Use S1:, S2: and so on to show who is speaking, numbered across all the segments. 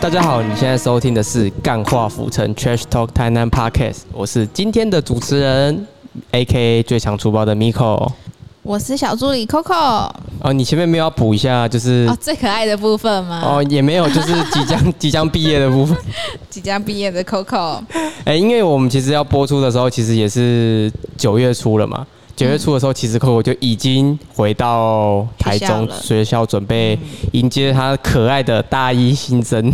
S1: 大家好，你现在收听的是《干话浮城 Trash Talk 台南 Podcast》，我是今天的主持人，A.K.A 最强粗暴的 Miko。
S2: 我是小助理 Coco 哦，
S1: 哦，你前面没有要补一下，就是
S2: 最可爱的部分嘛，
S1: 哦，也没有，就是 即将即将毕业的部分。
S2: 即将毕业的 Coco，
S1: 哎、因为我们其实要播出的时候，其实也是九月初了嘛。九月初的时候，其实 Coco 就已经回到台中
S2: 嗯学校了
S1: 学校，准备迎接他可爱的大一新 生，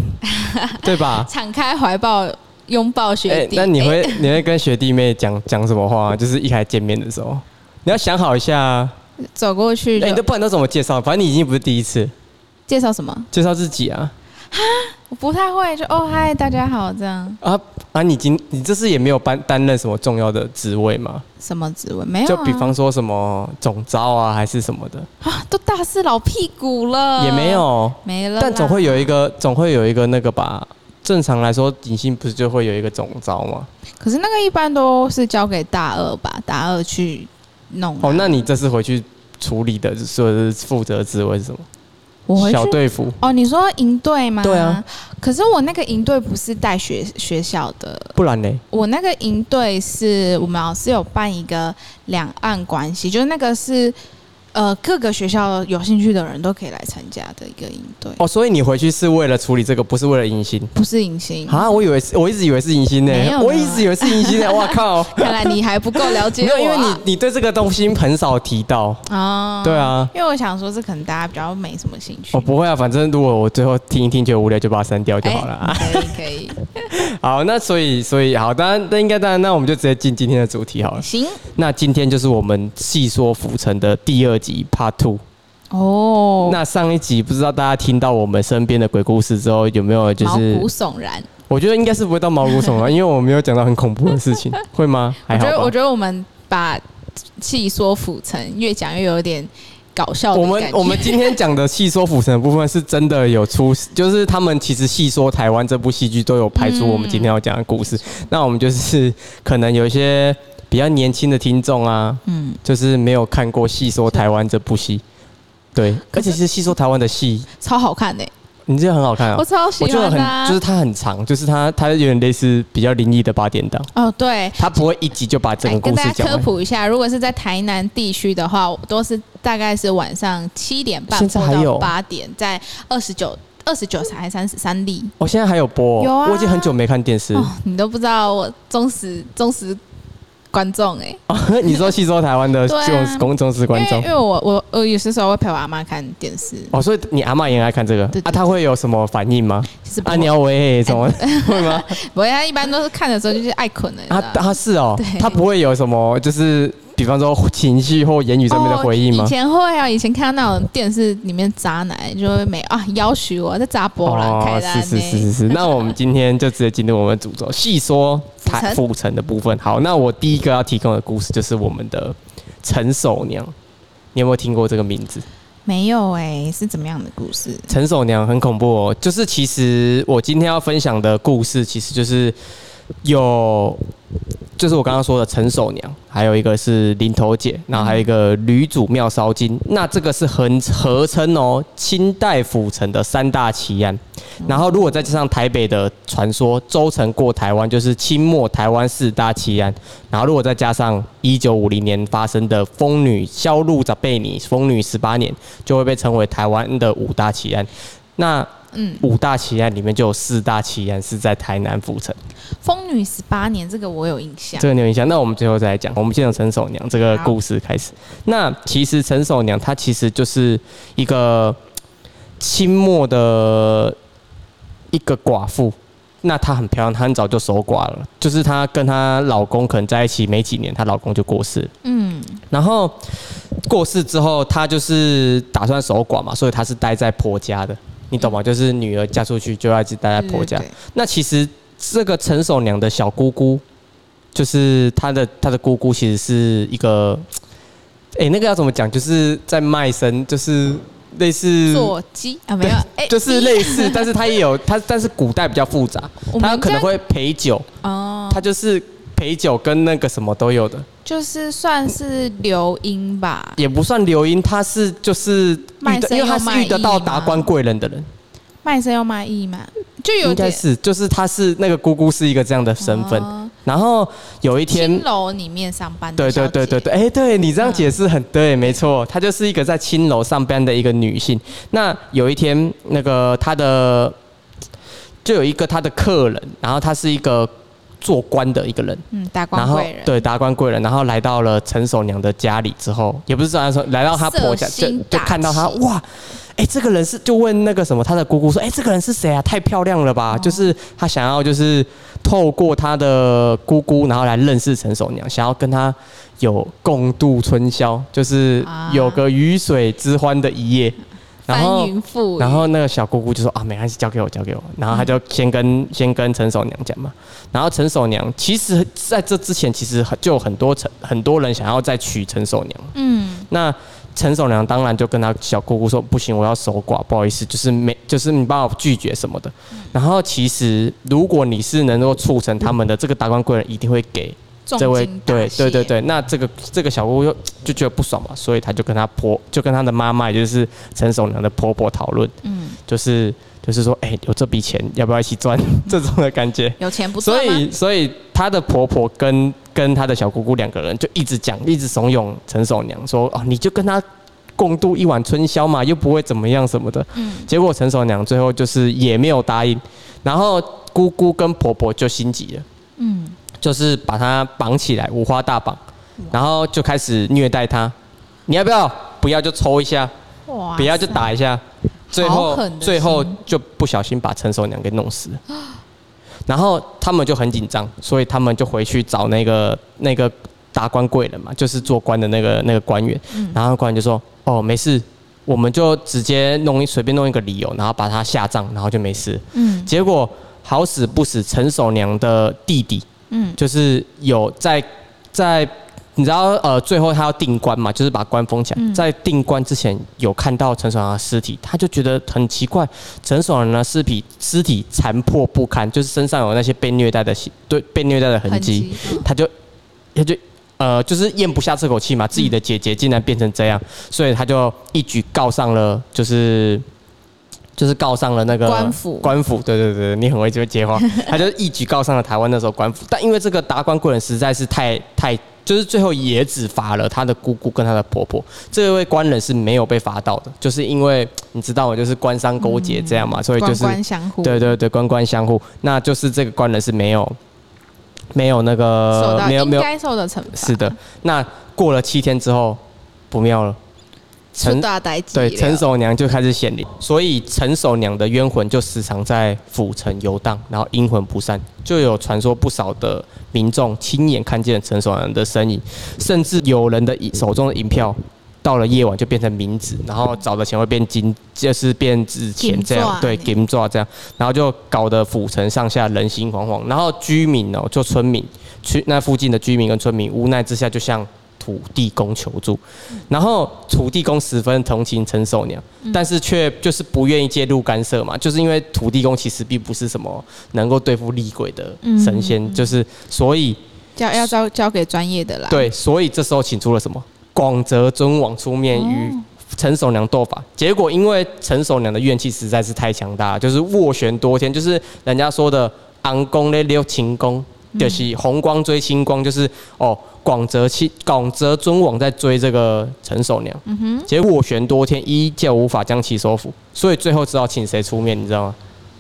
S1: 对吧？
S2: 敞开怀抱拥抱学
S1: 哎，
S2: 弟，
S1: 那你会
S2: 哎
S1: 你会跟学弟妹讲讲什么话啊？就是一开始见面的时候，你要想好一下啊。
S2: 走过去
S1: 哎、你都
S2: 就
S1: 不管都怎么介绍，反正你已经不是第一次
S2: 介绍什么？
S1: 介绍自己啊
S2: 我不太会，就
S1: 嗯
S2: 哦嗨，大家好这样，
S1: 啊啊！你今你这次也没有担担任什么重要的职位嘛？
S2: 什么职位没有、啊？
S1: 就比方说什么总招啊，还是什么的，
S2: 啊，都大四老屁股了，
S1: 也没有。
S2: 没呃了啦，
S1: 但总会有一个，总会有一个那个吧。正常来说，影星不是就会有一个总招吗？
S2: 可是那个一般都是交给大二吧，大二去弄啊、
S1: 哦，那你这次回去处理的，说是负责职位是什么？
S2: 我回去
S1: 小队服。
S2: 哦，你说营队吗？
S1: 对啊。
S2: 可是我那个营队不是带学学校的，
S1: 不然呢？
S2: 我那个营队是我们老师有办一个两岸关系，就是那个是呃各个学校有兴趣的人都可以来参加的一个营队，
S1: 哦，所以你回去是为了处理这个，不是为了迎新
S2: 不是迎新。
S1: 啊？我以为是，我一直以为是迎新呢
S2: 没有，啊
S1: 我一直以为是迎 新呢。哇靠！
S2: 看来你还不够了解
S1: 没
S2: 我、
S1: 有，
S2: 啊，
S1: 因为你你对这个东西很少提到。
S2: 啊，
S1: 对啊，
S2: 因为我想说这可能大家比较没什么兴趣。
S1: 我不会啊，反正如果我最后听一听觉得无聊，就把它删掉就
S2: 哎
S1: 好了啊。
S2: 可以可以，
S1: 好，那所以所以好，当然那应该当然，那我们就直接进今天的主题好了。
S2: 行
S1: 那今天就是我们细说浮城的第二集 Part Two。
S2: 哦，
S1: 那上一集不知道大家听到我们身边的鬼故事之后有没有就
S2: 毛
S1: 是
S2: 骨，悚然。
S1: 我觉得应该是不会到毛骨悚然，因为我没有讲到很恐怖的事情，会吗？还
S2: 我觉得，
S1: 好
S2: 我
S1: 吧。
S2: 觉得我们把戏说腐城越讲越有点搞笑的
S1: 我
S2: 哦感觉。
S1: 们我们今天讲的戏说浮城的部分是真的有出， 就是他们其实戏说台湾这部戏剧都有拍出我们今天要讲的故事。那我们就是可能有一些比较年轻的听众啊，
S2: 嗯，
S1: 就是没有看过《戏说台湾》这部戏，对，而且其实《戏说台湾》的戏，
S2: 超好看的、
S1: 你这个很好看啊
S2: 我，超喜
S1: 我觉得
S2: 欢的
S1: 很，
S2: 啊、
S1: 就是它很长，就是它它有点类似比较灵异的八点档，
S2: 哦，对，
S1: 它不会一集就把整个
S2: 哎来跟
S1: 故
S2: 大
S1: 事
S2: 家
S1: 讲
S2: 科
S1: 完。
S2: 普一下，如果是在台南地区的话，我都是大概是晚上七点半
S1: 现在还
S2: 播
S1: 有
S2: 到八点，在二十九、二十九还三十三例。
S1: 我、哦现在还有播、
S2: 有啊
S1: 我已经很久没看电视。
S2: 哦，你都不知道我忠实忠实观众哎、
S1: 你说《戏说台湾》的
S2: 对啊
S1: 这种公众式观
S2: 因为
S1: 众
S2: 因为我我我有些时候会陪我阿妈看电视，
S1: 哦，所以你阿嬷也爱看这个
S2: 对
S1: 啊？她会有什么反应吗？
S2: 其实不
S1: 啊，
S2: 会哎
S1: 你要喂什么？ 会吗？
S2: 我他一般都是看的时候就是爱捆的，你知道
S1: 啊
S2: 吗
S1: 啊是哦
S2: 对，
S1: 她不会有什么就是比方说情绪或言语上面的回应吗？
S2: 哦以前会啊，以前看到那种电视里面渣男就会没啊，要许我在砸波啊啦，开啦
S1: 是哦是是是是。那我们今天就直接进入我们的主轴，细说台
S2: 府
S1: 府城的部分。好，那我第一个要提供的故事就是我们的陈守娘。你有没有听过这个名字？
S2: 没有哎、是怎么样的故事？
S1: 陈守娘很恐怖哦，就是其实我今天要分享的故事，其实就是有，就是我刚刚说的陈守娘，还有一个是林头姐，然后还有一个吕祖庙烧金。那这个是很合称哦，清代府城的三大奇案。然后如果再加上台北的传说，周城过台湾就是清末台湾四大奇案。然后如果再加上一九五零年发生的疯女销路扎贝尼疯女十八年，就会被称为台湾的五大奇案。那
S2: 嗯，
S1: 五大奇案里面就有四大奇案是在台南府城，
S2: 疯女十八年这个我有印象
S1: 这，个你有印象？那我们最后再来讲，我们先从陈守娘这个故事开始。那其实陈守娘她其实就是一个清末的一个寡妇，那她很漂亮，她很早就守寡了，就是她跟她老公可能在一起没几年，她老公就过世了。
S2: 嗯，
S1: 然后过世之后，她就是打算守寡嘛，所以她是待在婆家的，你懂吗？就是女儿嫁出去就要一直待在婆家。
S2: 嗯对对对
S1: 那其实这个陈守娘的小姑姑，就是她的她的姑姑，其实是一个，哎、那个要怎么讲？就是在卖身，就是类似
S2: 座机啊，没有，哎，
S1: 就是类似，但是它也有它，但是古代比较复杂
S2: 我，们
S1: 它可
S2: 家
S1: 能会陪酒，
S2: 哦，
S1: 它就是陪酒跟那个什么都有的，
S2: 就是算是流音吧，
S1: 也不算流音，它是就是
S2: 卖
S1: 遇到，
S2: 身
S1: 因为
S2: 又
S1: 他是
S2: 卖
S1: 遇得到
S2: 艺嘛
S1: 达官贵人的人，
S2: 卖身要卖艺嘛，就有
S1: 应该
S2: 点
S1: 是就是他是那个姑姑是一个这样的身份，
S2: 哦
S1: 然后有一天
S2: 青。楼里面上班的
S1: 对对
S2: 小
S1: 对对
S2: 姐
S1: 对，哎、对你这样解释很对，没错，她就是一个在青楼上班的一个女性。那有一天，那个她的就有一个她的客人，然后她是一个做官的一个人，
S2: 嗯，达官
S1: 然后
S2: 贵人，
S1: 对达官贵人，然后来到了陈守娘的家里之后，也不是陈守娘，来到她婆家，
S2: 色
S1: 就
S2: 心
S1: 就
S2: 大
S1: 看到她
S2: 起
S1: 哇，哎、这个人是就问那个什么，她的姑姑说，哎、这个人是谁啊？太漂亮了
S2: 哦
S1: 吧！就是她想要就是透过她的姑姑，然后来认识陈守娘，想要跟她有共度春宵，就是
S2: 啊
S1: 有个鱼水之欢的一夜。然后
S2: 翻云覆雨，
S1: 然后那个小姑姑就说啊，没关系，交给我，交给我。然后她就先跟、先跟陈守娘讲嘛。然后陈守娘其实在这之前，其实很就有很多陈很多人想要再娶陈守娘。
S2: 嗯，
S1: 那陈守娘当然就跟她小姑姑说，不行，我要守寡，不好意思，就是没就是你帮我拒绝什么的。然后其实如果你是能够促成他们的，这个达官贵人一定会给
S2: 重
S1: 这位
S2: 金大
S1: 对对对
S2: 谢，
S1: 对，那这个这个小姑又就觉得不爽嘛，所以她就跟她婆就跟她的妈妈，也就是陈守娘的婆婆讨论，
S2: 嗯，
S1: 就是就是说，哎、有这笔钱要不要一起赚 这种的感觉。
S2: 有钱不赚
S1: 所
S2: 吗
S1: 以所以她的婆婆跟跟她的小姑姑两个人就一直讲，一直怂恿陈守娘说，哦，你就跟她共度一晚春宵嘛，又不会怎么样什么的。
S2: 嗯，
S1: 结果陈守娘最后就是也没有答应，然后姑姑跟婆婆就心急了。
S2: 嗯，
S1: 就是把他绑起来，五花大绑，然后就开始虐待他。你要不要？不要就抽一下，
S2: 哇，
S1: 不要就，打一下。最后
S2: 啊好狠的心
S1: 最后就不小心把陈守娘给弄死了。然后他们就很紧张，所以他们就回去找那个那个达官贵人嘛，就是做官的那个那个官员。
S2: 嗯
S1: 然后官员就说：“哦，没事，我们就直接弄一随便弄一个理由，然后把他下葬，然后就没事了。”
S2: 嗯
S1: 结果好死不死，陈守娘的弟弟
S2: 嗯，
S1: 就是有在在，你知道呃，最后他要定棺嘛，就是把棺封起来。
S2: 嗯
S1: 在定棺之前，有看到陈守良的尸体，他就觉得很奇怪，陈守良的尸体尸体残破不堪，就是身上有那些被虐待的血对被虐待的痕迹，，
S2: 嗯
S1: 他就他就。呃，就是咽不下这口气嘛，自己
S2: 嗯
S1: 的姐姐竟然变成这样，所以他就一举告上了，就是就是告上了那个
S2: 官府
S1: 官府，对对对，你很会就接 话，他就一举告上了台湾那时候官府。但因为这个达官贵人实在是太太，就是最后也只罚了他的姑姑跟他的婆婆，这位官人是没有被罚到的，就是因为你知道，就是官商勾结这样嘛，所以就
S2: 官
S1: 是
S2: 官相护，
S1: 对对对，官官相护，那就是这个官人是没有没有那
S2: 受
S1: 个
S2: 到
S1: 呃没有
S2: 应
S1: 没有
S2: 该受的惩罚，
S1: 是的，。那过了七天之后，不妙了，
S2: 出
S1: 陈
S2: 大代际了，
S1: 对陈守娘就开始显灵，所以陈守娘的冤魂就时常在府城游荡，然后阴魂不散。就有传说不少的民众亲眼看见陈守娘的身影，甚至有人的银手中的银票。到了夜晚就变成冥纸，然后找的钱会变金，就是变纸钱
S2: 金
S1: 这样
S2: 纸，
S1: 对，
S2: 呢
S1: 金纸这样，然后就搞得府城上下人心惶惶，然后居民哦、就村民，去那附近的居民跟村民无奈之下就向土地公求助，然后土地公十分同情陈守娘，但是却就是不愿意介入干涉嘛，就是因为土地公其实并不是什么能够对付厉鬼的神仙，就是所以
S2: 交要交交给专业的啦，，
S1: 对，所以这时候请出了什么广泽尊王出面
S2: 哦
S1: 与陈守娘斗法，结果因为陈守娘的怨气实在是太强大了，就是斡旋多天，就是人家说的“昂公嘞溜秦公”，就是红光追青光，就是哦广泽青广泽尊王在追这个陈守娘，
S2: 嗯哼，
S1: 结果斡旋多天依旧无法将其收服，所以最后只好请谁出面，你知道吗？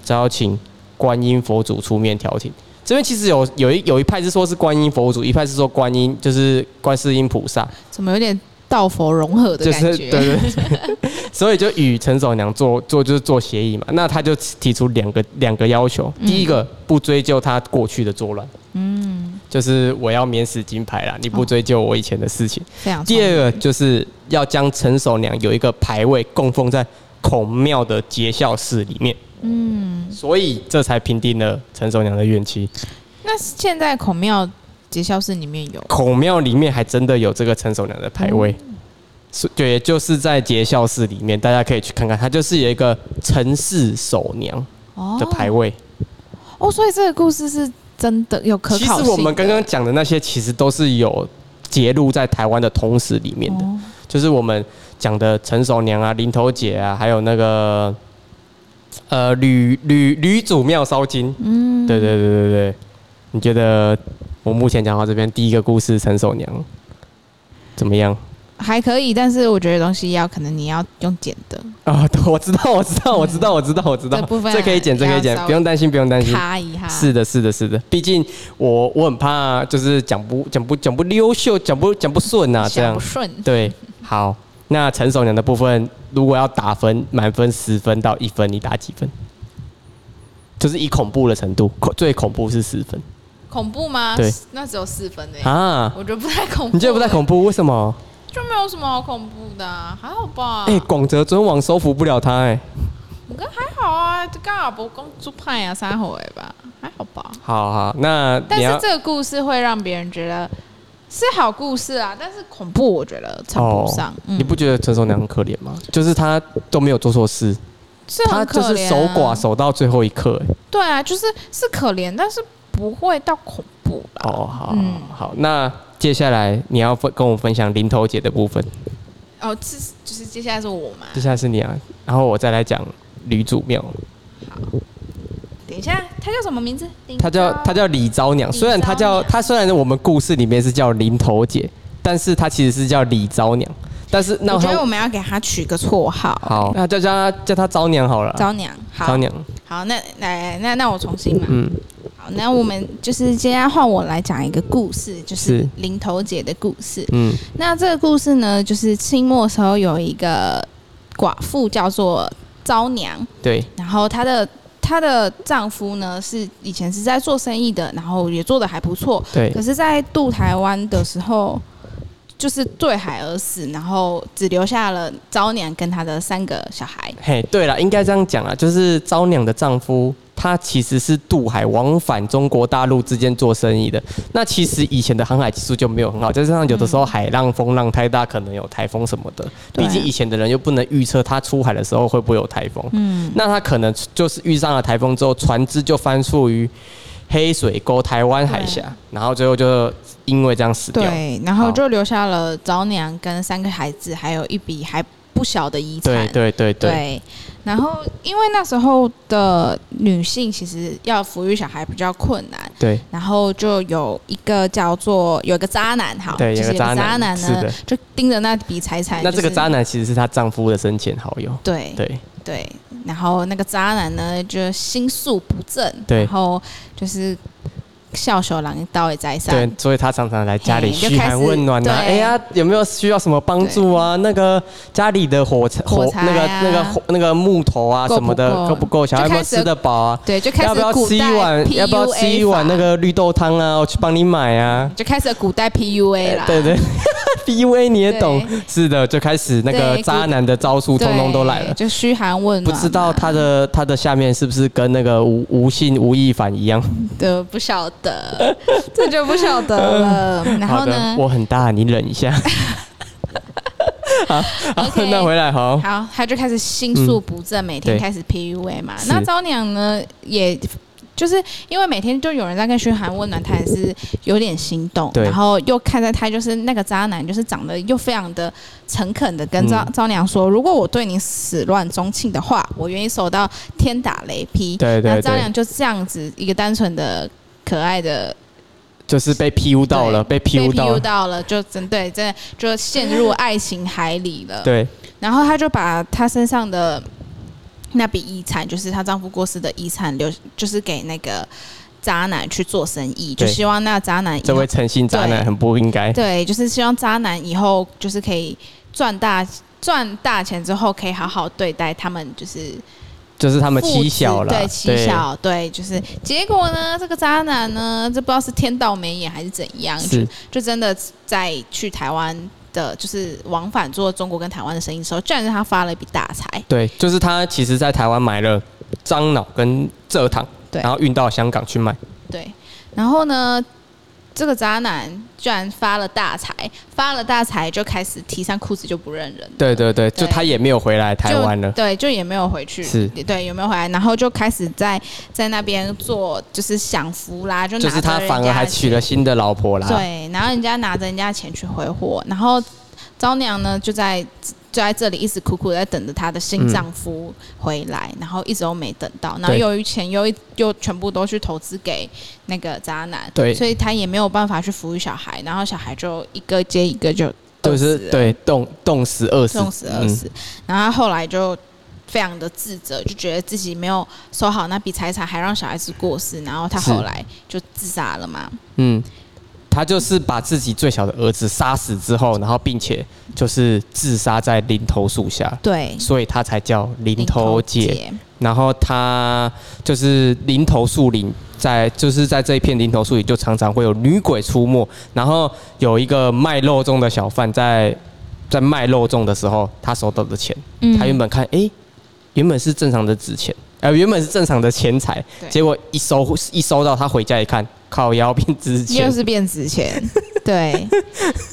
S1: 只好请观音佛祖出面调停。这边其实有有一有一派是说是观音佛祖，一派是说观音就是观世音菩萨，
S2: 怎么有点道佛融合的
S1: 就
S2: 感
S1: 是对
S2: 觉？
S1: 对对所以就与陈守娘做做就是做协议嘛。那他就提出两个两个要求，
S2: 嗯
S1: 第一个不追究他过去的作乱，嗯，就是我要免死金牌啦，你不追究我以前的事情。
S2: 这样
S1: 第二个就是要将陈守娘有一个牌位供奉在孔庙的结孝寺里面，嗯，所以这才平定了陈守娘的怨气。
S2: 那现在孔庙结孝寺里面有嗯
S1: 孔庙里面还真的有这个陈守娘的牌位，是就也就是在结校式里面，大家可以去看看，它就是有一个城市守娘
S2: 哦
S1: 的牌位。
S2: 哦，所以这个故事是真的有可考
S1: 其
S2: 性
S1: 实
S2: 的。
S1: 我们刚刚讲的那些，其实都是有揭露在台湾的通史里面的，
S2: 哦
S1: 就是我们讲的陈守娘啊、林头姐啊，还有那个呃吕吕吕祖庙烧金。
S2: 嗯，
S1: 对对对对对，你觉得我目前讲到这边第一个故事陈守娘怎么样？
S2: 还可以，但是我觉得东西要可能你要用剪的，
S1: 啊、对我知道，我知道，我知道，我知道，我知道，
S2: 这部分
S1: 可以剪，这可以剪
S2: 要稍，微
S1: 不用担心，不用担心。
S2: 咔一下。
S1: 是的，是的，是的。毕竟我我很怕，就是讲不讲不讲不溜秀，讲不讲不顺啊，这
S2: 想
S1: 样
S2: 不。顺，
S1: 对，好。那陈守娘的部分，如果要打分，满分十分到一分，你打几分？就是以恐怖的程度，恐最恐怖是十分
S2: 恐怖吗？
S1: 对，
S2: 那只有四分诶、
S1: 啊。
S2: 我觉得不太恐怖。
S1: 你觉得不太恐怖？为什么？
S2: 怖，就没有什么好恐怖的、啊，还好吧？
S1: 哎、广泽尊王收服不了他、哎，
S2: 我觉得还好啊，就刚好不公主派啊，三火尾吧，还好吧？
S1: 好好，那
S2: 但
S1: 你
S2: 是
S1: 要
S2: 这个故事会让别人觉得是好故事啊，但是恐怖我觉得称不上。嗯
S1: 哦你不觉得陈守娘很可怜吗？就是她都没有做错事，
S2: 是
S1: 她
S2: 很可
S1: 就
S2: 怜啊、
S1: 是守寡守到最后一刻、哎
S2: 对啊，就是是可怜，但是不会到恐怖啦。
S1: 哦，好，
S2: 嗯
S1: 好，那接下来你要分跟我分享零头姐的部分，
S2: 哦，这是就是接下来是我嘛？
S1: 接下来是你啊，然后我再来讲吕祖庙，
S2: 等一下，他叫什么名字？林
S1: 她叫
S2: 高
S1: 她叫李昭娘，
S2: 嗯李
S1: 虽然她
S2: 昭
S1: 叫
S2: 娘
S1: 她虽然我们故事里面是叫零头姐，但是她其实是叫李昭娘，但是那
S2: 我觉得我
S1: 她
S2: 们要给他取个绰号，
S1: 好，那叫叫她叫她昭娘好了，
S2: 招娘。好，
S1: 昭娘，
S2: 好，那来那那我重新嘛。
S1: 嗯，
S2: 好，那我们就是接下来换我来讲一个故事，就是
S1: 是
S2: 林头姐的故事。
S1: 嗯
S2: 那这个故事呢，就是清末时候有一个寡妇叫做昭娘，
S1: 对，
S2: 然后她的她的丈夫呢是以前是在做生意的，然后也做得还不错，
S1: 对
S2: 可是，在渡台湾的时候。就是坠海而死，然后只留下了昭娘跟她的三个小孩。
S1: 嘿，对了，应该这样讲啊，就是昭娘的丈夫，他其实是渡海往返中国大陆之间做生意的。那其实以前的航海技术就没有很好，再加上有的时候海浪、风浪太大，可能有台风什么的。
S2: 对
S1: 毕竟以前的人又不能预测他出海的时候会不会有台风。
S2: 嗯，
S1: 那他可能就是遇上了台风之后，船只就翻覆于黑水沟台湾海峡，然后最后就因为这样死掉。
S2: 对，然后就留下了早娘跟三个孩子，还有一笔还不小的遗产。
S1: 对对对对
S2: 对然后因为那时候的女性其实要抚育小孩比较困难，
S1: 对
S2: 然后就有一个叫做有一个渣男，好，
S1: 对
S2: 就
S1: 有
S2: 是
S1: 个渣
S2: 渣
S1: 男
S2: 男
S1: 是
S2: 呢
S1: 的，
S2: 就盯着那笔财产。
S1: 那这
S2: 就
S1: 个
S2: 是
S1: 渣男其实是她丈夫的生前好友。
S2: 对
S1: 对
S2: 对，然后那个渣男呢，就心术不正，
S1: 对
S2: 然后就是笑手狼刀也在上，
S1: 对，所以他常常来家里
S2: 嘿就
S1: 嘘寒
S2: 开始
S1: 问暖呐、啊。
S2: 对
S1: 哎呀，有没有需要什么帮助啊？那个家里的火柴
S2: 火
S1: 火
S2: 柴
S1: 那个
S2: 啊
S1: 那个火那个木头啊
S2: 够
S1: 什
S2: 不
S1: 么的
S2: 够
S1: 够不够？小孩有没有
S2: 就开始
S1: 吃得饱啊？
S2: 对，就开始
S1: 要不要
S2: 古
S1: 吃一
S2: 代
S1: 碗？要不要
S2: PUA
S1: 吃一碗
S2: 法
S1: 那个绿豆汤啊？我去帮你买啊。
S2: 就开始了古代 PUA 啦。
S1: 对 对，PUA 你也
S2: 对
S1: 懂，是的，就开始那个
S2: 对
S1: 渣男的招数
S2: 对，
S1: 通通都来了。
S2: 就嘘寒问
S1: 不
S2: 暖嘛。
S1: 知道他的他的下面是不是跟那个吴吴姓吴亦凡一样？
S2: 的不晓得， 这就不晓得了。然
S1: 嗯好
S2: 后
S1: 的，
S2: 呢？
S1: 我很大，你忍一 下。好，好
S2: OK
S1: 那回来好。
S2: 好，他就开始心术不正，每天
S1: 对
S2: 开始 PUA 嘛。
S1: 是
S2: 那招娘呢，也就是因为每天就有人在跟嘘寒问暖，他也是有点心动，
S1: 对
S2: 然后又看在他就是那个渣男，就是长得又非常的诚恳的
S1: 嗯
S2: 跟招招娘说，如果我对你始乱终弃的话，我愿意受到天打雷劈。
S1: 对对
S2: 那招
S1: 对
S2: 娘就这样子一个单纯的可爱的
S1: 就是被 PU 到了，被 PU 到了，
S2: 到了，就真对，真的就陷入爱情海里了。，
S1: 对
S2: 然后她就把她身上的那笔遗产，就是她丈夫过世的遗产留，就是给那个渣男去做生意，就
S1: 对
S2: 希望那渣男以
S1: 这
S2: 后
S1: 位诚信渣男
S2: 对
S1: 很不应该。
S2: 对，就是希望渣男以后就是可以赚大赚大钱之后，可以好好对待他们，就是
S1: 就是他们
S2: 父
S1: 欺
S2: 子
S1: 小了，
S2: 对欺小，对，就是结果呢，这个渣男呢，这不知道是天道没眼还是怎样，就是就真的在去台湾的，就是往返做中国跟台湾的生意的时候，居然让他发了一笔大财。
S1: 对，就是他其实在台湾买了樟脑跟蔗糖，
S2: 对
S1: 然后运到香港去卖，
S2: 对，然后呢，这个渣男居然发了大财，发了大财就开始提上裤子就不认人，
S1: 对对对，就他也没有回来台
S2: 就
S1: 湾了，
S2: 对，就也没有回去，
S1: 是
S2: 对，也没有回来，然后就开始在在那边做就是享福啦，就拿
S1: 就是他
S2: 着人
S1: 反而
S2: 家
S1: 还
S2: 的
S1: 娶了新的老婆啦。
S2: 对，然后人家拿着人家的钱去挥霍，然后招娘呢就在就在这里一直苦苦地在等着她的新丈夫回来，然后一直都没等到，然后
S1: 对
S2: 由于钱又一又全部都去投资给那个渣男，
S1: 对
S2: 所以她也没有办法去抚育小孩，然后小孩就一个接一个就
S1: 就
S2: 饿
S1: 是
S2: 死了
S1: 对冻冻死饿死，嗯
S2: 送死饿死，然后她后来就。非常的自责，就觉得自己没有收好那笔财产，还让小孩子过世，然后她
S1: 是
S2: 后来就自杀了嘛。
S1: 嗯，嗯，他就是把自己最小的儿子杀死之后，然后并且就是自杀在林头树下，
S2: 对，
S1: 所以他才叫林头姐。
S2: 姐
S1: 然后他就是林头树林，在就是在这一片林头树里，就常常会有女鬼出没。然后有一个卖肉粽的小贩在在卖肉粽的时候，他手抖的钱，
S2: 嗯
S1: 他原本看诶，原本是正常的纸钱，呃，原本是正常的钱财
S2: 对，
S1: 结果一收一收到，他回家一看，靠腰变纸
S2: 又
S1: 钱，
S2: 是变值 钱，对。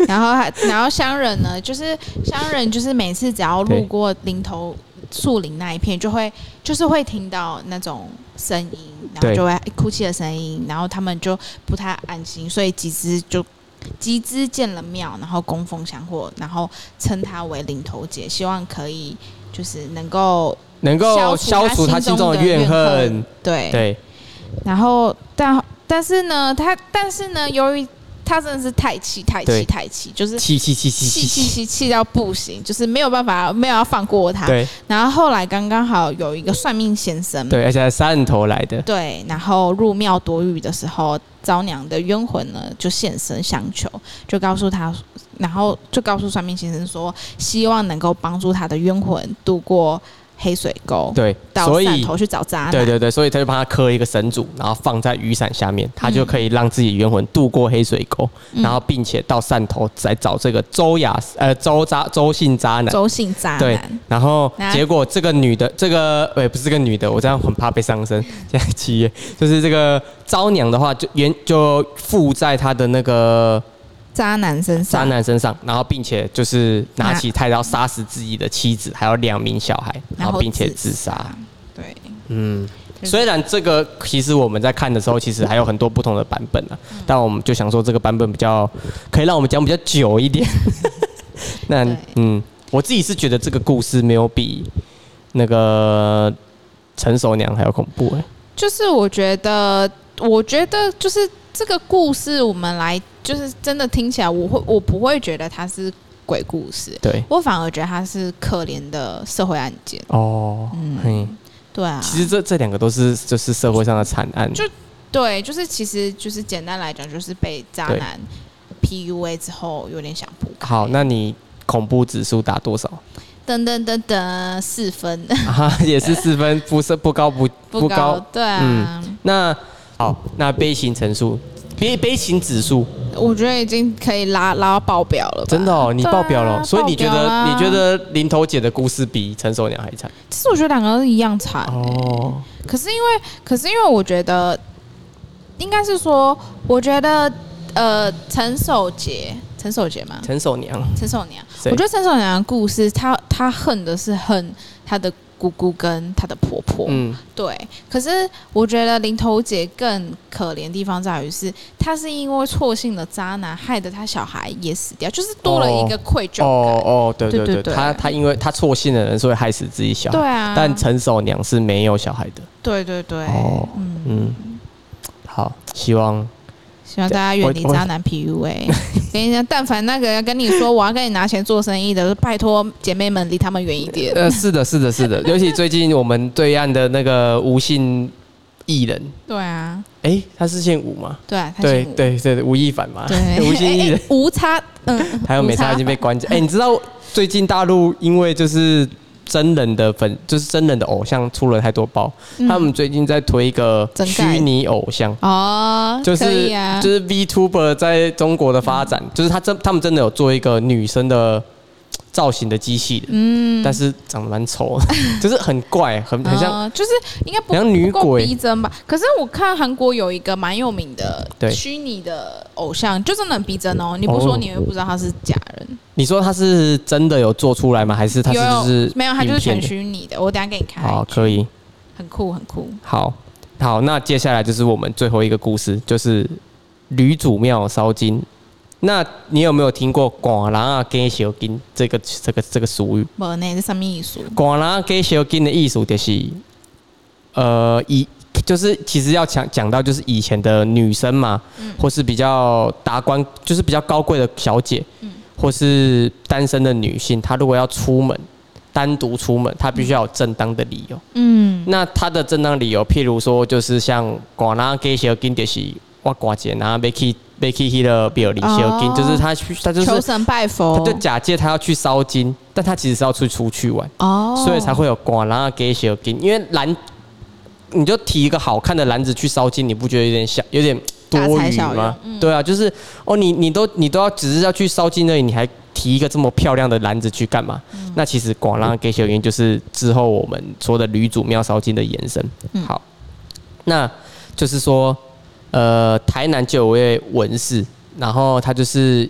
S2: 然后还然后商人呢，就是商人就是每次只要路
S1: 对
S2: 过林头树林那一片，就会就是会听到那种声音，然后
S1: 对
S2: 就会哭泣的声音，然后他们就不太安心，所以集资就。集资建了庙，然后供奉香火，然后称她为领头姐，希望可以就是能够
S1: 能够消除他心中的怨恨。。哎
S2: 对，
S1: 对，
S2: 然后，但但是呢，他但是呢，由于他真的是太气太气
S1: 对
S2: 太气，就是
S1: 气气气气
S2: 气
S1: 气
S2: 气
S1: 气，
S2: 气气到不行，就是没有办法，没有要放过他。
S1: 对
S2: 然后后来刚刚好有一个算命先生，
S1: 对，而且还汕头来的，
S2: 对然后入庙躲雨的时候，招娘的冤魂呢就现身相求，就告诉他，然后就告诉算命先生说，希望能够帮助他的冤魂渡过黑水沟，
S1: 对，
S2: 到
S1: 所以
S2: 汕头去找渣男。
S1: 对对对，所以他就帮他刻一个神主，然后放在雨伞下面，他就可以让自己冤魂渡过黑水沟，然后并且到汕头来找这个周雅呃周渣周姓渣男。
S2: 周姓渣
S1: 对
S2: 男。，
S1: 然后
S2: 那
S1: 结果这个女的，这个呃、不是这个女的，我这样很怕被上身。现在七月，就是这个招娘的话，就原就附在她的那个
S2: 渣男身
S1: 渣
S2: 上，
S1: 男身上，然后并且就是拿
S2: 拿
S1: 起菜刀杀死自己的妻子，还有两名小孩，然后并且自杀。。
S2: 对，
S1: 嗯，
S2: 就是
S1: 虽然这个其实我们在看的时候，其实还有很多不同的版本啊，但我们就想说这个版本比较可以让我们讲比较久一 点。那
S2: 对
S1: 嗯，我自己是觉得这个故事没有比那个成熟娘还要恐怖哎、
S2: 就是我觉得，我觉得就是这个故事，我们来就是真的听起来，我会我不会觉得它是鬼故事，
S1: 对，
S2: 我反而觉得它是可怜的社会案件。
S1: 哦，嗯，
S2: 对啊，
S1: 其实这这两个都是就是社会上的惨案，
S2: 就对，就是其实就是简单来讲，就是被渣
S1: 对
S2: 男 PUA 之后，有点想不开。
S1: 好，那你恐怖指数打多少？
S2: 噔噔噔噔，四分
S1: 啊，也是四分，不是不高嗯不
S2: 不高，对啊，
S1: 那好，那悲情陈述，悲悲情指数
S2: 我觉得已经可以拉拉到爆表了吧。
S1: 真的哦，你
S2: 对啊
S1: 爆表了，所以你觉
S2: 爆表
S1: 得
S2: 啦
S1: 你觉得林头姐的故事比陈守娘还惨
S2: 其实我觉得两个都一样惨、欸
S1: 哦？
S2: 可是因为，可是因为我觉得，应该是说，我觉得，呃，陈守杰，陈守杰嘛，
S1: 陈守娘，
S2: 陈守娘，我
S1: 谁
S2: 觉得陈守娘的故事，她她恨的是恨她的姑姑跟她的婆婆，
S1: 嗯，
S2: 对。可是我觉得林头姐更可怜的地方在于是，她是因为错信了渣男，害得她小孩也死掉，就是多了一个愧疚
S1: 哦
S2: 感。
S1: 哦，对
S2: 对
S1: 对
S2: 对
S1: 对，
S2: 对
S1: 她她因为她错信的人，所以害死自己小
S2: 对
S1: 孩，
S2: 啊，
S1: 哦但陈守娘是没有小孩的。
S2: 对对对，
S1: 哦
S2: 嗯，
S1: 嗯，好，希望
S2: 希望大家远离渣男 PUA。跟你讲，但凡那个要跟你说我要跟你拿钱做生意的，拜托姐妹们离他们远一 点。
S1: 呃，是的，是的， 是的，尤其最近我们对岸的那个吴姓艺人，
S2: 对啊，
S1: 哎，他是姓吴吗？
S2: 对啊，他
S1: 对
S2: 姓吴
S1: 对对，吴亦凡嘛，
S2: 对，
S1: 吴姓艺人
S2: 哎，哎无差，嗯，
S1: 还有美差已经被关
S2: 啊
S1: 起来。哎、你知道最近大陆因为就是真人的粉，就是真人的偶像出了太多包，
S2: 嗯
S1: 他们最近在推一个
S2: 整改
S1: 虚拟偶像。
S2: 哦，
S1: 就是、
S2: 可以啊嗯
S1: 就是 VTuber 在中国的发展，就是他真他们真的有做一个女生的造型的机器的，嗯，但是长得蛮丑的， 就是很怪，很很像。
S2: 呃就是应该不
S1: 很像女
S2: 不够
S1: 鬼
S2: 逼真吧？可是我看韩国有一个蛮有名的
S1: 对
S2: 虚拟的偶像，就真的很逼真哦。你不说
S1: 哦
S2: 你也不知道他是假人，
S1: 你说他是真的有做出来吗？还是他是
S2: 有有
S1: 就是
S2: 没有？他就是
S1: 影片
S2: 全
S1: 的
S2: 虚拟的。我等一下给你看，
S1: 好，可以，
S2: 很酷很酷。
S1: 好，好，那接下来就是我们最后一个故事，就是吕祖庙烧金。那你有没有听过“寡人啊给小金”这个这个这个俗语？
S2: 无呢，这什么意思？
S1: 寡人啊给小金的意思就是，呃，以就是其实要讲讲到就是以前的女生嘛，或是比较达官，就是比较高贵的小姐，或是单身的女性，她如果要出门，单独出门，她必须要有正当的理由。
S2: 嗯，
S1: 那他的正当理由，譬如说，就是像寡拿给小金就是我寡姐，然后被去被去迄个庙里小金，
S2: 哦
S1: 就是他去他就是
S2: 求神拜佛，
S1: 他就假借他要去烧金，但他其实是要出出去玩，
S2: 哦，
S1: 所以才会有寡拿给小金，因为篮你就提一个好看的篮子去烧金，你不觉得有点小有点多
S2: 大材
S1: 余
S2: 小
S1: 吗？
S2: 用嗯
S1: 对啊，就是哦，你你都你都要只是要去烧金而已，你还提一个这么漂亮的篮子去干嘛？
S2: 嗯
S1: 那其实广浪给小云就是之后我们说的吕祖庙烧金的延伸。
S2: 嗯
S1: 好，那就是说，呃，台南就有位文士，然后他就是。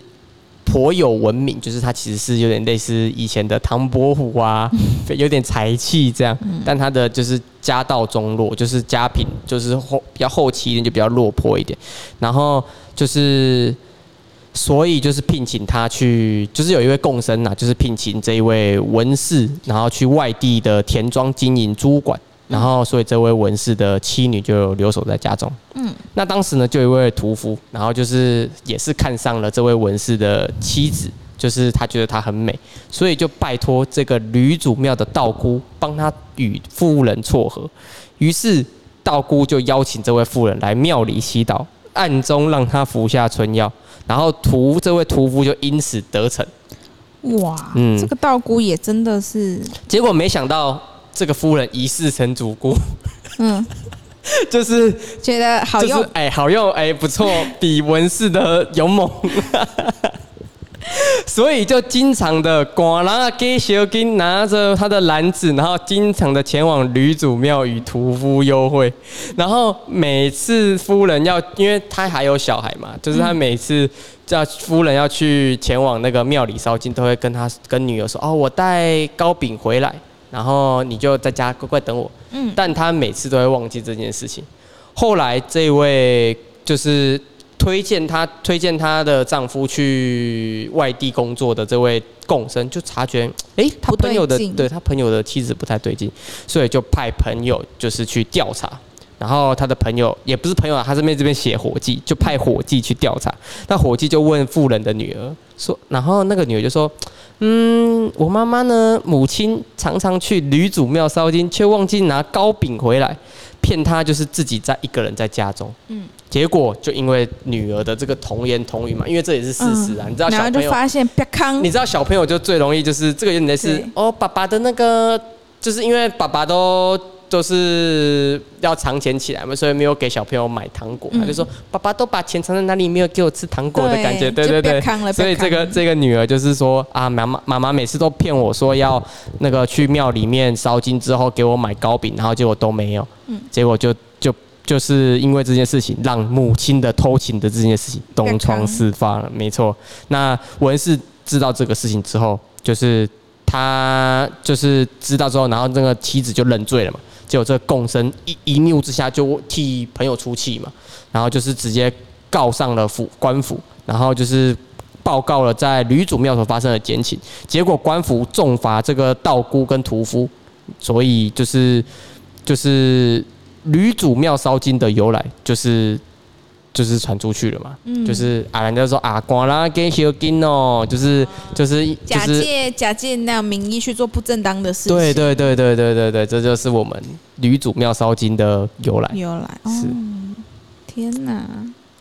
S1: 颇有文名，就是他其实是有点类似以前的唐伯虎啊，有点才气这样。但他的就是家道中落，就是家贫，就是后比较后期一点，就比较落魄一点。然后就是所以就是聘请他去，就是有一位共生呐、啊就是聘请这一位文士，然后去外地的田庄经营租馆，然后所以这位文士的妻女就留守在家中。
S2: 嗯
S1: 嗯，那当时呢，就有一位屠夫，然后就是也是看上了这位文士的妻子。就是他觉得她很美，所以就拜托这个吕祖庙的道姑帮他与妇人撮合。于是道姑就邀请这位妇人来庙里祈祷，暗中让她服下春药，然后屠这位屠夫就因此得逞。
S2: 哇，
S1: 嗯
S2: 这个道姑也真的是，
S1: 结果没想到这个夫人一世成主 顾，
S2: 嗯，
S1: 就是
S2: 觉得好
S1: 就是
S2: 用，
S1: 哎、好用哎、不 错，比文氏的勇猛。 所以就经常的寡拉给小金拿着他的篮子，然后经常的前往吕祖庙与屠夫幽会，然后每次夫人要，因为他还有小孩嘛，就是
S2: 嗯
S1: 他每次叫夫人要去前往那个庙里烧金，都会跟他跟女儿说：“哦，我带糕饼回来，然后你就在家乖乖等我。”
S2: 嗯
S1: 但他每次都会忘记这件事情。后来这位就是推荐她推荐她的丈夫去外地工作的这位共生，就察觉，诶，她
S2: 不对
S1: 朋友的
S2: 劲
S1: 对她朋友的妻子不太对劲，所以就派朋友就是去调查。然后他的朋友也不是朋友啊，他这边这边写伙计，就派伙计去调查。那伙计就问妇人的女儿说，然后那个女儿就说：“嗯，我妈妈呢，母亲常常去吕祖庙烧金，却忘记拿糕饼回来，骗她就是自己在一个人在家中。
S2: 嗯
S1: 嗯，结果就因为女儿的这个童言童语嘛，因为这也是事实啊，你知道
S2: 嗯然后
S1: 小朋
S2: 就
S1: 友，
S2: 发现，啪康
S1: 你，知道小朋友就最容易就是这个有点类似
S2: 对
S1: 哦，爸爸的那个，就是因为爸爸都。就是要藏钱起来嘛，所以没有给小朋友买糖果。
S2: 嗯
S1: 他就说：“爸爸都把钱藏在哪里，没有给我吃糖果的感觉。”对对
S2: 就啪
S1: 对，
S2: 康了，
S1: 所以这
S2: 啪康
S1: 个
S2: 了
S1: 这个女儿就是说啊，妈妈妈妈每次都骗我说要那个去庙里面烧金之后给我买糕饼，然后结果都没有，
S2: 嗯
S1: 结果就就就是因为这件事情，让母亲的偷情的这件事情东窗事发了，没错。那文氏知道这个事情之后，就是他就是知道之后，然后那个妻子就认罪了嘛。结果这个共生一一怒之下就替朋友出气嘛，然后就是直接告上了府官府，然后就是报告了在吕祖庙所发生的奸情，结果官府重罚这个道姑跟屠夫，所以就是就是吕祖庙烧金的由来就是。就是传出去了嘛，
S2: 嗯
S1: 就是啊，人家说啊，广啦给小金哦，就是就是就
S2: 啊假
S1: 是
S2: 借假借那样名义去做不正当的事情，
S1: 对对对对对对对，这就是我们吕祖庙烧金的由来。
S2: 由来，
S1: 是
S2: 哦，天哪，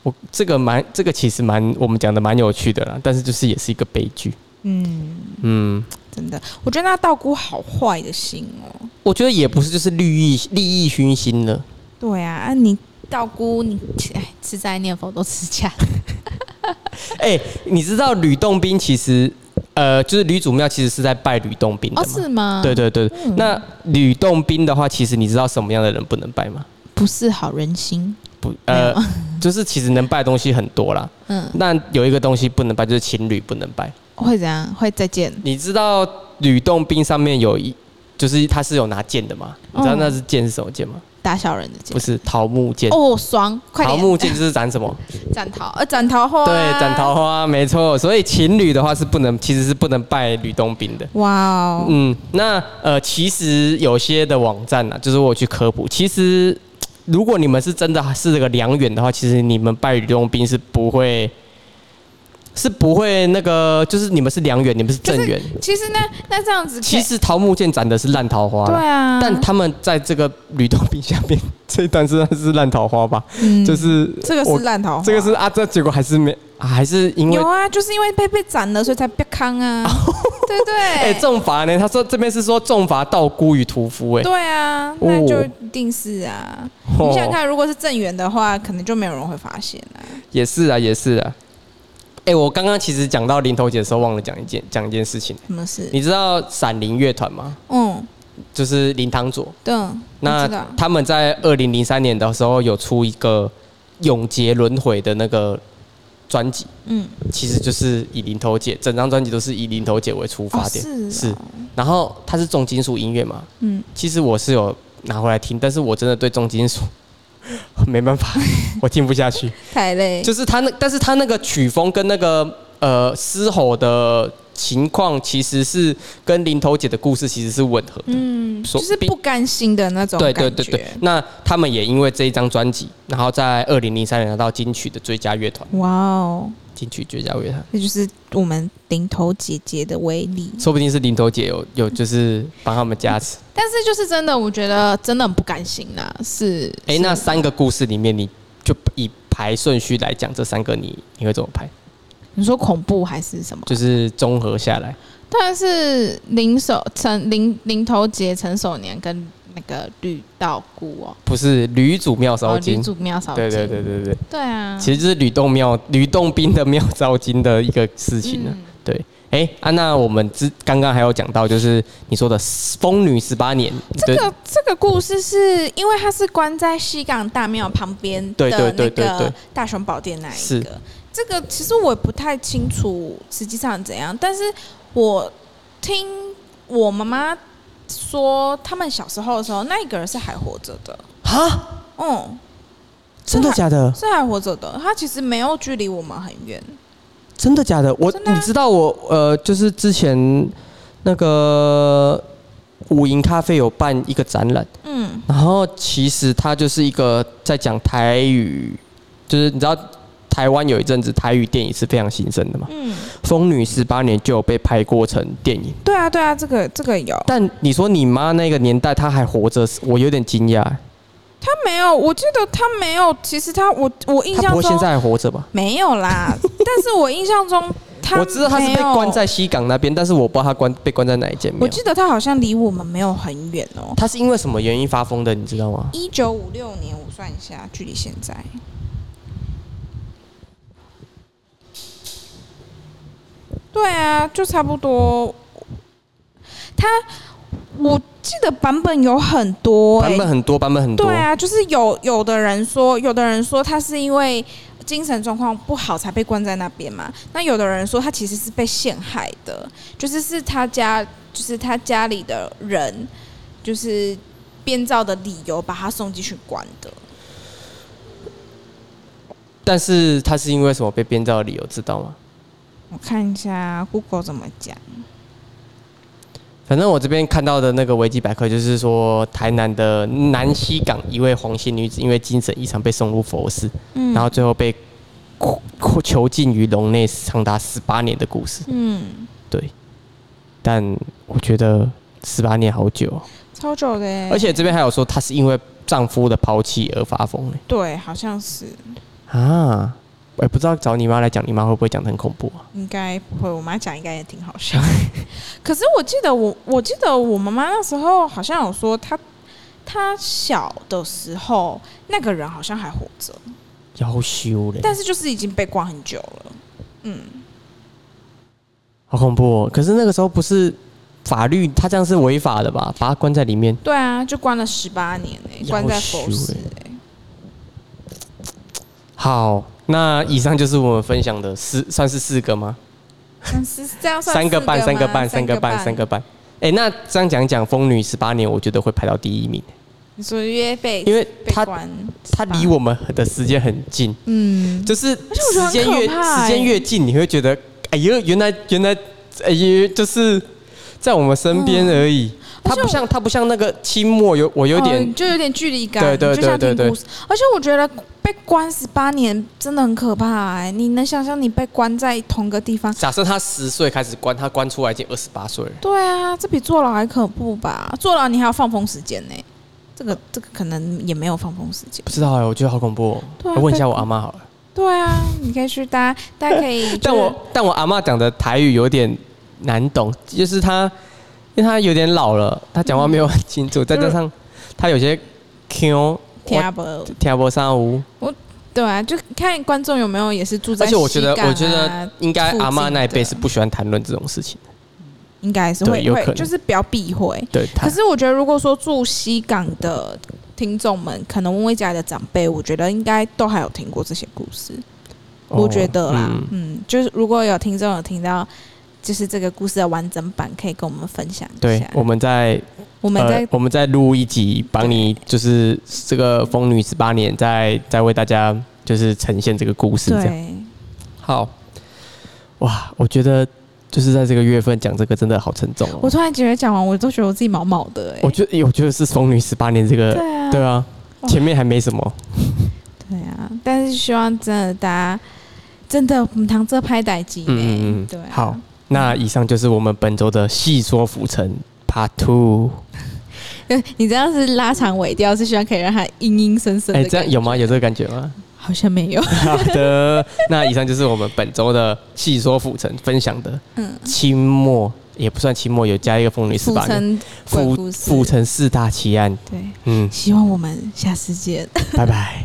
S1: 我这个蛮，这个其实蛮，我们讲的蛮有趣的啦，但是就是也是一个悲剧。
S2: 嗯，
S1: 嗯，
S2: 真的，我觉得那道姑好坏的心哦。
S1: 我觉得也不是就是利益利益熏心了，
S2: 对啊，啊你道姑你哎吃斋念佛都吃假，
S1: 哎、你知道吕洞宾其实呃，就是吕祖庙其实是在拜吕洞宾的
S2: 哦，
S1: 嘛。
S2: 是吗？嗯
S1: 对，对对，那吕洞宾的话，其实你知道什么样的人不能拜吗？
S2: 不是好人心，
S1: 不，
S2: 没
S1: 呃
S2: 有，
S1: 就是其实能拜的东西很多啦。
S2: 嗯，
S1: 那有一个东西不能拜，就是情侣不能拜。
S2: 会怎样？会再见？
S1: 你知道吕洞宾上面有一，就是他是有拿剑的嘛？你知
S2: 哦
S1: 道那是剑是什么剑吗？
S2: 打小人的见
S1: 不？是桃木剑。
S2: 哦，爽，快
S1: 桃
S2: 点！
S1: 木剑就是斩什么？
S2: 斩桃，呃，斩桃花，
S1: 对，斩桃。花，没错。所以情侣的话是不能，其实是不能拜吕洞宾的。
S2: 哇哦，
S1: 嗯，那呃，其实有些的网站呢、啊，就是我去科普，其实如果你们是真的是这个良缘的话，其实你们拜吕洞宾是不会，是不会那个，就是你们是良缘，你们是正缘。
S2: 其实呢，那这样子可以，
S1: 其实桃木剑斩的是烂桃花
S2: 对
S1: 啦，
S2: 啊，
S1: 但他们在这个吕洞宾下面 这一段是是烂桃花吧？
S2: 嗯
S1: 就是
S2: 这个
S1: 我
S2: 是烂桃花，
S1: 这个是啊，这结果还是没，啊、还是因为哦
S2: 有啊，就是因为被被斩了，所以才被康啊， 对不对？
S1: 哎重罚呢？他说这边是说重罚道姑与屠夫、哎，
S2: 对啊，那就一定是啊。
S1: 哦
S2: 你想想看，如果是正缘的话，可能就没有人会发现啊。
S1: 也是啊，也是啊。哎、我刚刚其实讲到林头姐的时候，忘了讲一件讲一件事情。
S2: 什么事？
S1: 你知道闪灵乐团吗？
S2: 嗯，
S1: 就是林堂佐，
S2: 对，我
S1: 那
S2: 知道
S1: 他们在二零零三年的时候有出一个永劫轮回的那个专辑，
S2: 嗯，
S1: 其实就是以林头姐整张专辑都是以林头姐为出发
S2: 哦
S1: 点，
S2: 是
S1: 是
S2: 哦。
S1: 然后它是重金属音乐嘛，
S2: 嗯，
S1: 其实我是有拿回来听，但是我真的对重金属没办 法，我听不下去。
S2: 太累，
S1: 就是他那，但是他那个曲风跟那个呃嘶吼的情况，其实是跟林头姐的故事其实是吻合的。
S2: 嗯，
S1: 说
S2: 就是不甘心的那种
S1: 对
S2: 感
S1: 对
S2: 觉。
S1: 对对，那他们也因为这一张专辑，然后在二零零三年拿到金曲的最佳乐团，
S2: 哇哦，
S1: 金曲最佳乐团，
S2: 这就是我们顶头姐姐的威力。
S1: 说不定是林头姐有有就是帮他们加持。
S2: 但是就是真的，我觉得真的很不甘心啦。是，
S1: 哎、
S2: 是
S1: 那三个故事里面，你就以排顺序来讲，这三个你你会怎么排？
S2: 你说恐怖还是什么？
S1: 就是综合下来，
S2: 当然是零手陈零零头节陈守年跟那个绿道姑哦，
S1: 不是吕祖庙烧
S2: 哦，吕
S1: 金。
S2: 祖庙扫
S1: 对对
S2: 金
S1: 对对对，
S2: 对啊，
S1: 其实就是吕洞庙、吕洞宾的庙招金的一个事情呢、
S2: 嗯
S1: 对，哎、啊，那我们之刚刚还有讲到，就是你说的疯女十八年，
S2: 这个这个故事是因为它是关在西港大庙旁边
S1: 对对
S2: 的
S1: 对
S2: 那
S1: 对对
S2: 个大雄宝殿那一
S1: 是
S2: 个，这个其实我也不太清楚实际上怎样，但是我听我妈妈说，他们小时候的时候，那一个人是还活着的，
S1: 哈，
S2: 嗯，
S1: 真的假的？
S2: 是还活着的，他其实没有距离我们很远，
S1: 真的假的？我
S2: 真的啊
S1: 你知道我呃，就是之前那个五营咖啡有办一个展览，
S2: 嗯。
S1: 然后其实它就是一个在讲台语，就是你知道台湾有一阵子台语电影是非常兴盛的嘛，
S2: 嗯，
S1: 《疯女十八年》就有被拍过成电影。
S2: 对啊，对啊，这个这个有，
S1: 但你说你妈那个年代她还活着，我有点惊讶。
S2: 他没有，我记得他没有。其实他，我我印
S1: 她
S2: 象
S1: 不会现
S2: 中
S1: 在还活着吧？
S2: 没有 啦，但是我印象中他
S1: 我知道她是被
S2: 没有
S1: 关在西港那边，但是我不知道她关被关在哪一间
S2: 我
S1: 庙。
S2: 记得他好像离我们没有很远哦。
S1: 她是因为什么原因发疯的，你知道吗？
S2: 一九五六年，我算一下，距离现在对啊，就差不多。他我记得版本有很多、欸，
S1: 版本很多，版本很多
S2: 对。啊，就是有有的人说，有的人说他是因为精神状况不好才被关在那边嘛。那有的人说他其实是被陷害的，就是是他家，就是他家里的人，就是编造的理由把他送进去关的。
S1: 但是她是因为什么被编造的理由，知道吗？
S2: 我看一下 Google 怎么讲。
S1: 反正我这边看到的那个维基百科就是说，台南的南西港一位黄姓女子因为精神异常被送入佛寺，
S2: 嗯
S1: 然后最后被苦苦囚禁于笼内长达十八年的故事。
S2: 嗯，
S1: 对，但我觉得十八年好久哦、
S2: 超久的耶，
S1: 而且这边还有说她是因为丈夫的抛弃而发疯嘞、
S2: 对，好像是
S1: 啊！我也不知道找你妈来讲，你妈会不会讲得很恐怖啊？
S2: 应该不会，我妈讲应该也挺好笑。 可是我记得我，我记得我妈妈那时候好像有说她，她小的时候那个人好像还活着，
S1: 要修嘞！
S2: 但是就是已经被关很久了。嗯，
S1: 好恐怖哦！可是那个时候不是法律，他这样是违法的吧？把他关在里面，
S2: 对啊，就关了十八年哎、
S1: 要
S2: 关在佛寺
S1: 求欸
S2: 哎、
S1: 好，那以上就是我们分享的四，算是四个吗？
S2: 三四这样算
S1: 三个半，
S2: 四
S1: 三个
S2: 吗
S1: 半，三个半，三。个半。哎、那这样讲一讲，《风女十八年》，我觉得会排到第一名，
S2: 你说约被
S1: 因为
S2: 被
S1: 它
S2: 关，哦
S1: 它离我们的时间很近，
S2: 嗯，
S1: 就是
S2: 且我
S1: 时间
S2: 觉得很
S1: 越
S2: 可怕
S1: 时间
S2: 欸
S1: 越近，你会觉得，哎呦，原来原来，哎呦，就是在我们身边而已。
S2: 嗯
S1: 它不像它不像那个清末有我有
S2: 哦
S1: 点
S2: 就有点距离感，
S1: 对对
S2: 就像
S1: 对
S2: 听
S1: 对
S2: 故事。而且我觉得被关十八年真的很可怕哎、你能想象你被关在同个地方？
S1: 假设他十岁开始关，他关出来已经二十八岁了。
S2: 对啊，这比坐牢还可怖吧？坐牢你还要放风时间呢、这个这个可能也没有放风时间
S1: 不。知道哎、我觉得好恐怖、哦。
S2: 对啊
S1: 我问一下我阿妈好了，
S2: 对啊，你可以去大家，大家可以、 就是。
S1: 但我但我阿妈讲的台语有点难懂，就是她，因为她有点老了，她讲话没有很清楚，再加上她有些 Q
S2: 嗯听不，
S1: 听不上无，
S2: 对啊，就看观众有没有也是住在
S1: 而且
S2: 西港啊、啊
S1: 我觉得我觉得应该
S2: 附近
S1: 阿妈那一辈
S2: 的
S1: 是不喜欢谈论这种事情的，
S2: 应该是
S1: 对
S2: 会
S1: 有可
S2: 会，
S1: 能
S2: 就是比较避讳。
S1: 对，她
S2: 可是我觉得，如果说住西港的听众们，可能问问家里的长辈，我觉得应该都还有听过这些故事。我觉得啦，
S1: 哦
S2: 嗯就是如果有听众有听到，就是这个故事的完整版，可以跟我们分享一
S1: 对
S2: 下，。
S1: 我们在
S2: 啊我们在、
S1: 呃、我们再录一集，帮你就是这个《疯女十八年》再再为大家就是呈现这个故事，这样
S2: 对啊
S1: 好。哇，我觉得就是在这个月份讲这个真的好沉重哦。
S2: 我突然觉得讲完，我都觉得我自己毛毛的、欸。
S1: 我觉得，欸我觉得是《疯女十八年》这个，
S2: 对啊，
S1: 对啊，
S2: 哇
S1: 前面还没什么，
S2: 对啊，但是希望真的大家真的我们堂这拍歹机
S1: 嗯嗯嗯
S2: 呢，对、啊，
S1: 好，那以上就是我们本周的细说浮沉 Part Two。
S2: 你这样是拉长尾调，是希望可以让它阴阴森森的
S1: 哎，
S2: 感觉，
S1: 这样有吗？有这个感觉 吗？
S2: 好像没有，
S1: 好的，那以上就是我们本周的细说浮沉分享的
S2: 嗯，
S1: 清末，也不算清末，有加一个《疯女十
S2: 浮
S1: 八年》
S2: 沉鬼
S1: 浮
S2: 故事
S1: 浮沉四大奇案。
S2: 对，
S1: 嗯，
S2: 希望我们下次见。
S1: 拜拜。